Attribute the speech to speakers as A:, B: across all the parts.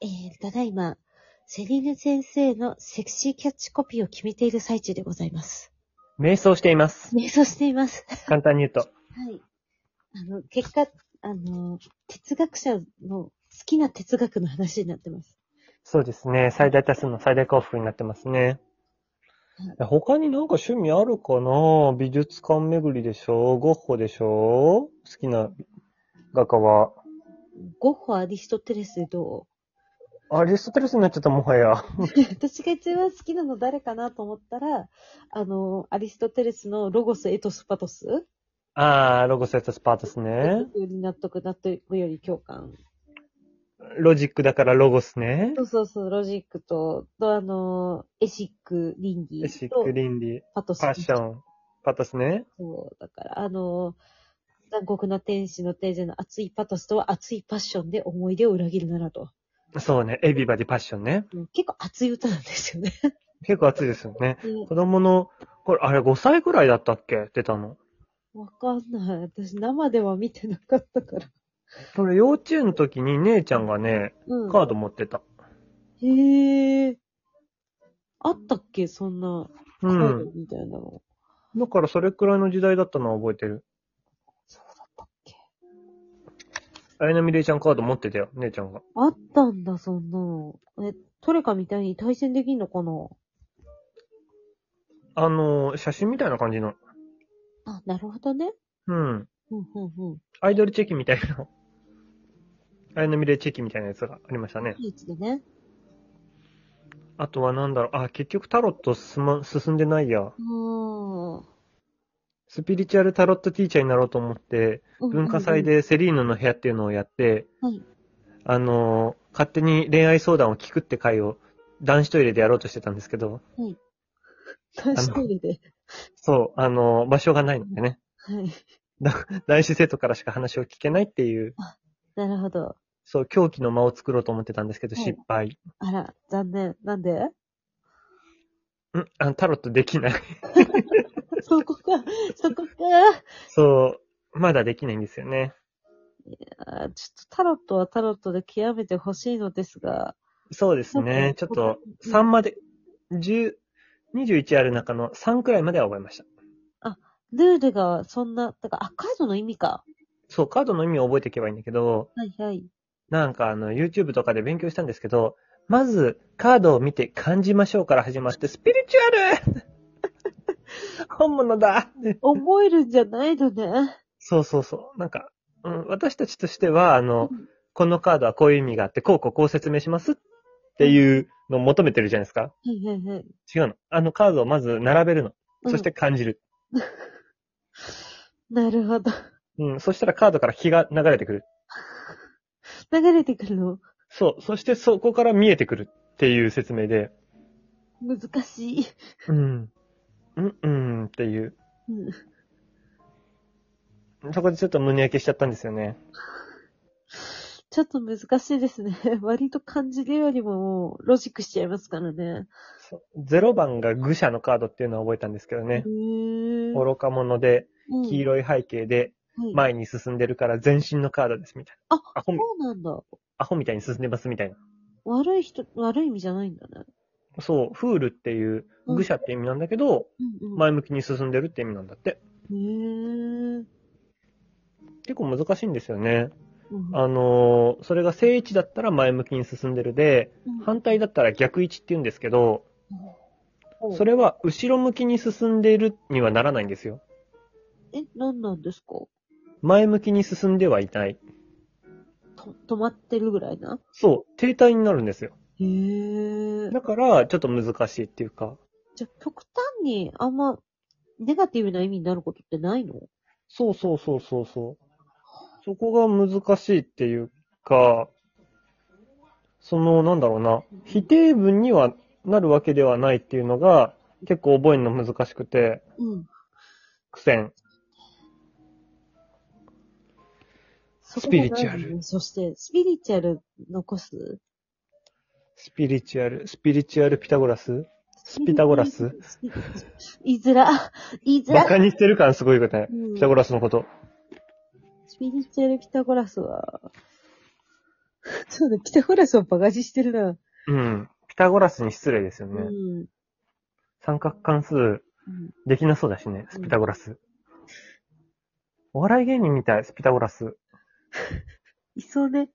A: えー、ただいま、セリーヌ先生のセクシーキャッチコピーを決めている最中でございます。
B: 瞑想しています。
A: 瞑想しています。
B: 簡単に言うと。
A: はい。あの、結果、あの、哲学者の好きな哲学の話になってます。
B: そうですね。最大多数の最大幸福になってますね。他になんか趣味あるかな美術館巡りでしょゴッホでしょ好きな画家は。
A: ゴッホ、アリストテレスど
B: アリストテレスになっちゃった、もはや。
A: う私が一番好きなの誰かなと思ったら、あの、アリストテレスのロゴス、エトス、パトス
B: あー、ロゴセットスパートスね。
A: より納得、納得より共感。
B: ロジックだからロゴスね
A: そ。うそうそう、ロジックと、とあの、エシック、リンギ
B: エ
A: ー
B: シッ
A: と
B: ク、倫理、
A: パトス。
B: ファッション、パトスね。
A: そう、だから、あの、残酷な天使のテーゼの熱いパトスとは熱いパッションで思い出を裏切るならと。
B: そうね。エビバディパッションね。
A: うん結構熱い歌なんですよね。
B: 結構熱いですよね。
A: うん
B: 子供の、これ、あれ5歳ぐらいだったっけ出たの。
A: わかんない。私生では見てなかったから。
B: それ幼稚園の時に姉ちゃんがね、
A: うん。
B: カード持ってた。
A: へえ。あったっけそんな、カ
B: う
A: ード
B: ん。
A: みたいなの。
B: だからそれくらいの時代だったのは覚えてる。
A: そうだったっけ
B: あやなみれいちゃんカード持ってたよ、姉ちゃんが。
A: あったんだ、そんなの。え、トレカみたいに対戦できんのかな
B: あのー、写真みたいな感じの。
A: あ、なるほどね。
B: うん。
A: うん、うん、うん。
B: アイドルチェキみたいな。 あやなみれいチェキみたいなやつがありましたね。
A: いいやつでね。
B: あとはなんだろう、あ、結局タロット進ま、進んでないや。
A: うーん。
B: スピリチュアルタロットティーチャーになろうと思って、文化祭でセリーヌの部屋っていうのをやって、
A: はい
B: あのー、勝手に恋愛相談を聞くって会を男子トイレでやろうとしてたんですけど、
A: 男子トイレで。
B: そう、あのー、場所がないのでね、
A: はい。
B: 男子生徒からしか話を聞けないっていう、
A: なるほど。
B: そう、狂気の間を作ろうと思ってたんですけど、
A: はい
B: 失敗。
A: あら、残念。なん で
B: うん、あの、タロットできない。
A: そこか、そこか。
B: そう、まだできないんですよね。
A: あーちょっとタロットはタロットで極めてほしいのですが。
B: そうですね、ちょっと、3まで、10、21ある中の3くらいまでは覚えました。
A: ルールがそんな、だから、あ、カードの意味か。
B: そう、カードの意味を覚えていけばいいんだけど、
A: はいはい。
B: なんかあの、YouTube とかで勉強したんですけど、まず、カードを見て感じましょうから始まって、スピリチュアル 本物だ
A: 覚えるんじゃないのね。
B: そうそうそう。なんか、うん、私たちとしては、あの
A: うん、
B: このカードはこういう意味があって、こうこうこう説明しますっていうのを求めてるじゃないですか。
A: はいはいはい。
B: 違うの。あのカードをまず並べるの。そして感じる。
A: うん、なるほど。
B: うん、そしたらカードから気が流れてくる。
A: 流れてくるの
B: そう、そしてそこから見えてくるっていう説明で、
A: 難しい。
B: うん。うん、うんっていう。
A: うん
B: そこでちょっと胸焼けしちゃったんですよね。
A: ちょっと難しいですね。 割と感じるよりももうロジックしちゃいますからね。
B: そう0番が愚者のカードっていうのを覚えたんですけど
A: へ
B: ね。
A: ー
B: 愚か者で、
A: うん
B: 黄色い背景で、
A: はい
B: 前に進んでるから全身のカードです、みたいな。
A: あ
B: アホみ、
A: そうなんだ。
B: アホみたいに進んでます、みたいな。
A: 悪い人、悪い意味じゃないんだね。
B: そう、フールっていう、
A: うん
B: 愚者って意味なんだけど、
A: うんうん。
B: 前向きに進んでるって意味なんだって。
A: へー
B: 結構難しいんですよね。
A: うん
B: あのーそれが正位置だったら前向きに進んでるで、反対だったら逆位置って言うんですけど、
A: うん
B: それは後ろ向きに進んでいるにはならないんですよ。
A: え、何なんですか
B: 前向きに進んではいない。
A: と止まってるぐらいな。
B: そう、停滞になるんですよ。
A: へえ。
B: だから、ちょっと難しいっていうか、
A: じゃあ、極端にあんま、ネガティブな意味になることってないの
B: そうそうそうそうそう。そこが難しいっていうか、その、なんだろうな、否定文にはなるわけではないっていうのが、結構覚えるの難しくて、
A: うん。
B: 苦戦。
A: そこがない
B: スピリチュアル
A: のねそして、スピリチュアル残す
B: スピリチュアル、スピリチュアルピタゴラススピタゴラス
A: スピ言いづら。言いづ ら。
B: バカにしてる感すごいよね。
A: うん
B: ピタゴラスのこと。
A: スピリチュアルピタゴラスは、そうだ、ピタゴラスをバカにしてるな。
B: うん。ピタゴラスに失礼ですよ
A: う
B: ね。
A: ん。
B: 三角関数
A: うん
B: できなそうだしね、
A: う
B: ス
A: ん
B: ピタゴラス。お笑い芸人みたい、スピタゴラス。
A: いそうね。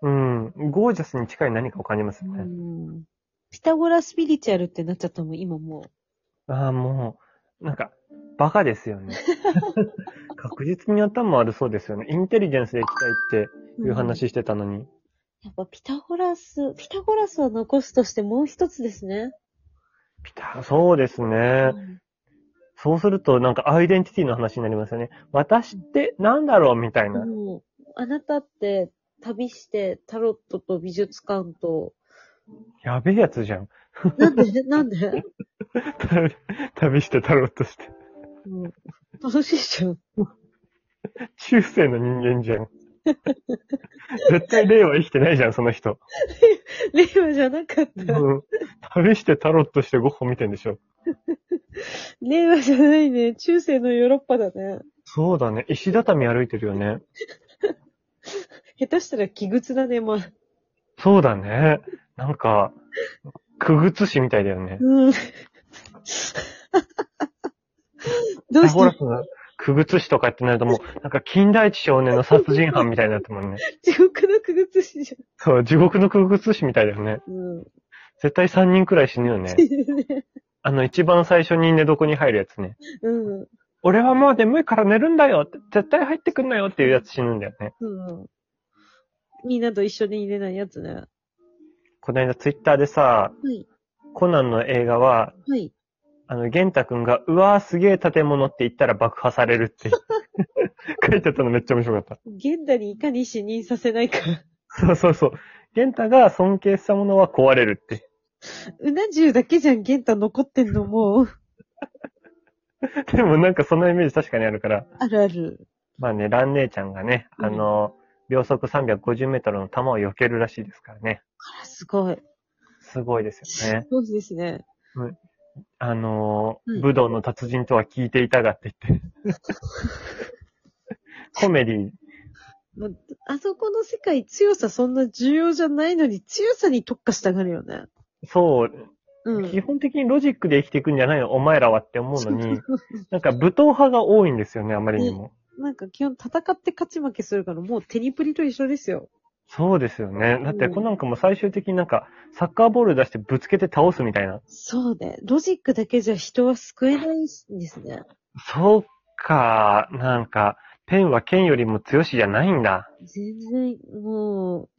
B: うん。ゴージャスに近い何かを感じます
A: う
B: よね。
A: ん。ピタゴラスピリチュアルってなっちゃったもん、今もう。
B: ああ、もう、なんか、バカです よね。確実に頭あるそうですよね。インテリジェンスでいきたいっていう話してたのに。
A: やっぱピタゴラス、ピタゴラスは残すとしてもう一つですね。
B: ピタ、そうですね。そうすると、なんかアイデンティティの話になりますよね。私ってなんだろうみたいな。
A: もう、あなたって旅してタロットと美術館 と、
B: やべえやつじゃん。
A: なんでなんで、
B: 旅旅してタロットして。
A: うん、楽しいじゃん。
B: 中世の人間じ ゃん。絶対霊は生きてないじゃん、その人。
A: 令和じゃなかっ
B: う
A: た。
B: ん。旅してタロットしてゴッホ見てんでしょ。
A: 令和じゃないね。中世のヨーロッパだね。
B: そうだね。石畳歩いてるよね。
A: 下手したら奇遇だね、まあ。
B: そうだね。なんか、くぐつ師みたいだよね。
A: うん。 どう
B: タコラ
A: し
B: スのくぐつ師とかってなるともう、なんか近代一少年の殺人犯みたいになってもんね。
A: て地獄の苦靴師じ
B: そう、地獄のくぐつ師みたいだよね。
A: ゃん。うん。
B: 絶対3人くらい死ぬ よね。あの、一番最初に寝床に入るやつね。
A: うん。
B: 俺はもう眠いから寝るんだよって絶対入ってくんなよっていうやつ死ぬんだよね。
A: うん。みんなと一緒に入れないやつね。は
B: この間ツイッターでさ、
A: い。
B: コナンの映画は、
A: はい。
B: あの、玄太くんが、うわーすげえ建物って言ったら爆破されるっていう書いてあったのめっちゃ面白かった。
A: 現代にいかに死人させないか。
B: そうそうそう。玄太が尊敬したものは壊れるって。
A: うな重だけじゃん、玄太残ってんのもう。
B: でもなんかそのイメージ確かにあるから、
A: あるある。
B: まあね、蘭姉ちゃんがね、あの、秒速350メートルの球を避けるらしいですからね。
A: あら、すごい。
B: すごいですよね。
A: そうですね。
B: あのー
A: うん
B: 武道の達人とは聞いていたがって言って。 コメディ、
A: もうあそこの世界強さそんな重要じゃないのに強さに特化したがるよね。
B: そう、
A: う
B: 基
A: ん。
B: 本的にロジックで生きていくんじゃないのお前らはって思うの に、なんか武闘派が多いんですよね、あまりにも。
A: なんか基本戦って勝ち負けするからもう手にプリと一緒ですよ。
B: そうですよね。だって、
A: うん
B: こなんかも最終的になんか、サッカーボール出してぶつけて倒すみたいな。
A: そうね。ロジックだけじゃ人は救えないんですね。
B: そうか、なんか、ペンは剣よりも強しじゃないんだ。
A: 全然、もう、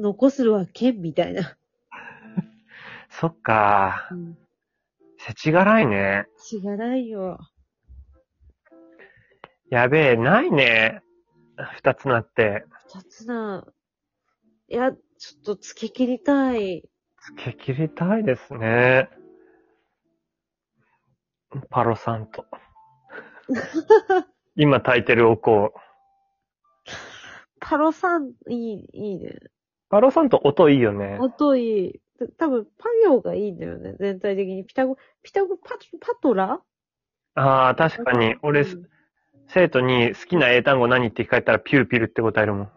A: 残すは剣みたいな。
B: そっか
A: う、ん。
B: せちがらいね。
A: しがないよ。
B: やべえ、ないね。二つなって。
A: 二つな。いや、ちょっとつけ切りたい。
B: 付け切りたいですね。パロさんと。 今炊いてるお香。
A: パロさん、いい、いいね。
B: パロさんと音いいよね。
A: 音いい。た多分、パ行がいいんだよね。全体的に。ピタゴ、ピタゴ、パ、パトラ
B: ああ、確かに。俺、
A: うん
B: 生徒に好きな英単語何って聞かれたらピューピルって答える もん。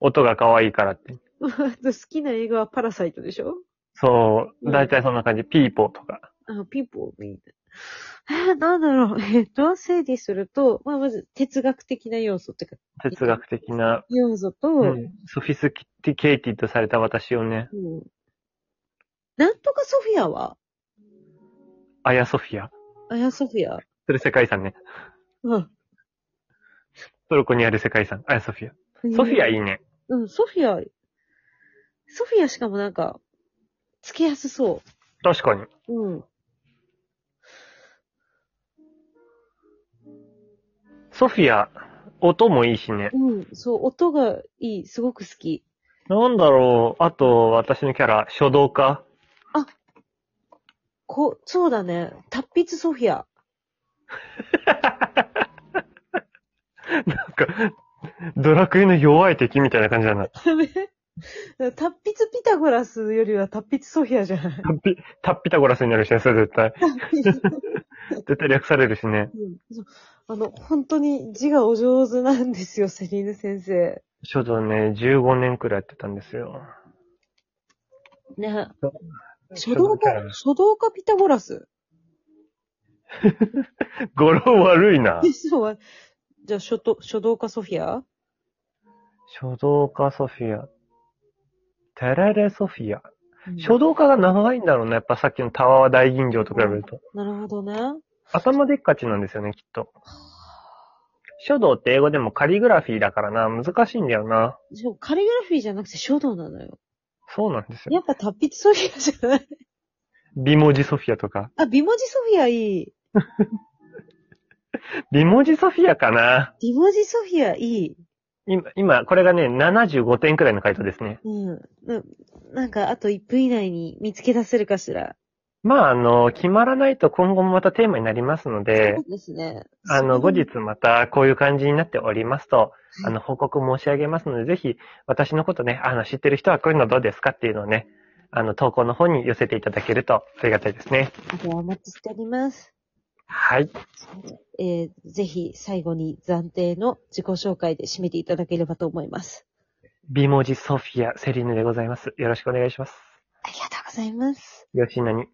B: 音が可愛いからって。
A: 好きな映画はパラサイトでしょ
B: そう。
A: うん
B: だいたいそんな感じ。ピーポーとか。
A: あ、ピンポンいいね。えー、なんだろう。えっと、整理すると、まあ、まず哲学的な要素っていうか、
B: 哲学的な、
A: 要素と、
B: うんソフィスティケイティッドされた私をね、
A: うんなんとかソフィアは
B: アヤソフィア。
A: アヤソフィア。
B: それ世界遺産ね。
A: うん。
B: トルコにある世界遺産。アヤソフィア。 ソフィアいいね。
A: うん、ソフィア。ソフィアしかもなんか、つけやすそ
B: 確かに。
A: う。うん。
B: ソフィア、音もいいしね。
A: うん、そう、音がいい。すごく好き。
B: なんだろう、あと、私のキャラ、書道家。
A: こ、そうだね。達筆ソフィア。
B: なんか、ドラクエの弱い敵みたいな感じだな。
A: ダメ達筆ピタゴラスよりは達筆ソフィアじゃない。
B: タッピ、タッピタゴラスになるしね、それ絶対。絶対略されるしね。
A: うんそうあの、本当に字がお上手なんですよ、セリーヌ先生。
B: 書道ね、15年くらいやってたんですよ。
C: ね。
B: 書
A: 書
B: 道
A: 道
B: 家
A: 家、書道家ピタゴラス。
B: 語呂悪いな。
A: そうは、じゃあ書道、書道家ソフィア
B: 書道家ソフィア。テレレソフィア。
A: うん
B: 書道家が長いんだろうな、やっぱさっきのタワー大吟醸と比べると。
A: なるほどね。
B: 頭でっかちなんですよね、きっと。書道って英語でもカリグラフィーだからな、難しいんだよな。
A: しかもカリグラフィーじゃなくて書道なのよ。
B: そうなんですよ。
A: やっぱ達筆ソフィアじゃない
B: 美文字ソフィアとか。
A: あ、美文字ソフィアいい。
B: 美文字ソフィアかな
A: 美文字ソフィアいい。
B: 今、今、これがね、75点くらいの回答ですね。
A: うん。ななんか、あと1分以内に見つけ出せるかしら。
B: まあ、あの、決まらないと今後もまたテーマになりますので
A: そう、ですね。
B: あの、
A: そ
B: 後
A: う
B: 日またこういう感じになっておりますと、あの、報告申し上げますので、ぜひ、私のことね、あの、知ってる人はこういうのどうですかっていうのをね、あの、投稿の方に寄せていただけるとありがたいですね。
A: あとはお待ちしております。
B: はい。
A: えーぜひ最後に暫定の自己紹介で締めていただければと思います。
B: 美文字ソフィア・セリーヌでございます。よろしくお願いします。
A: ありがとうございます。
B: よしなに。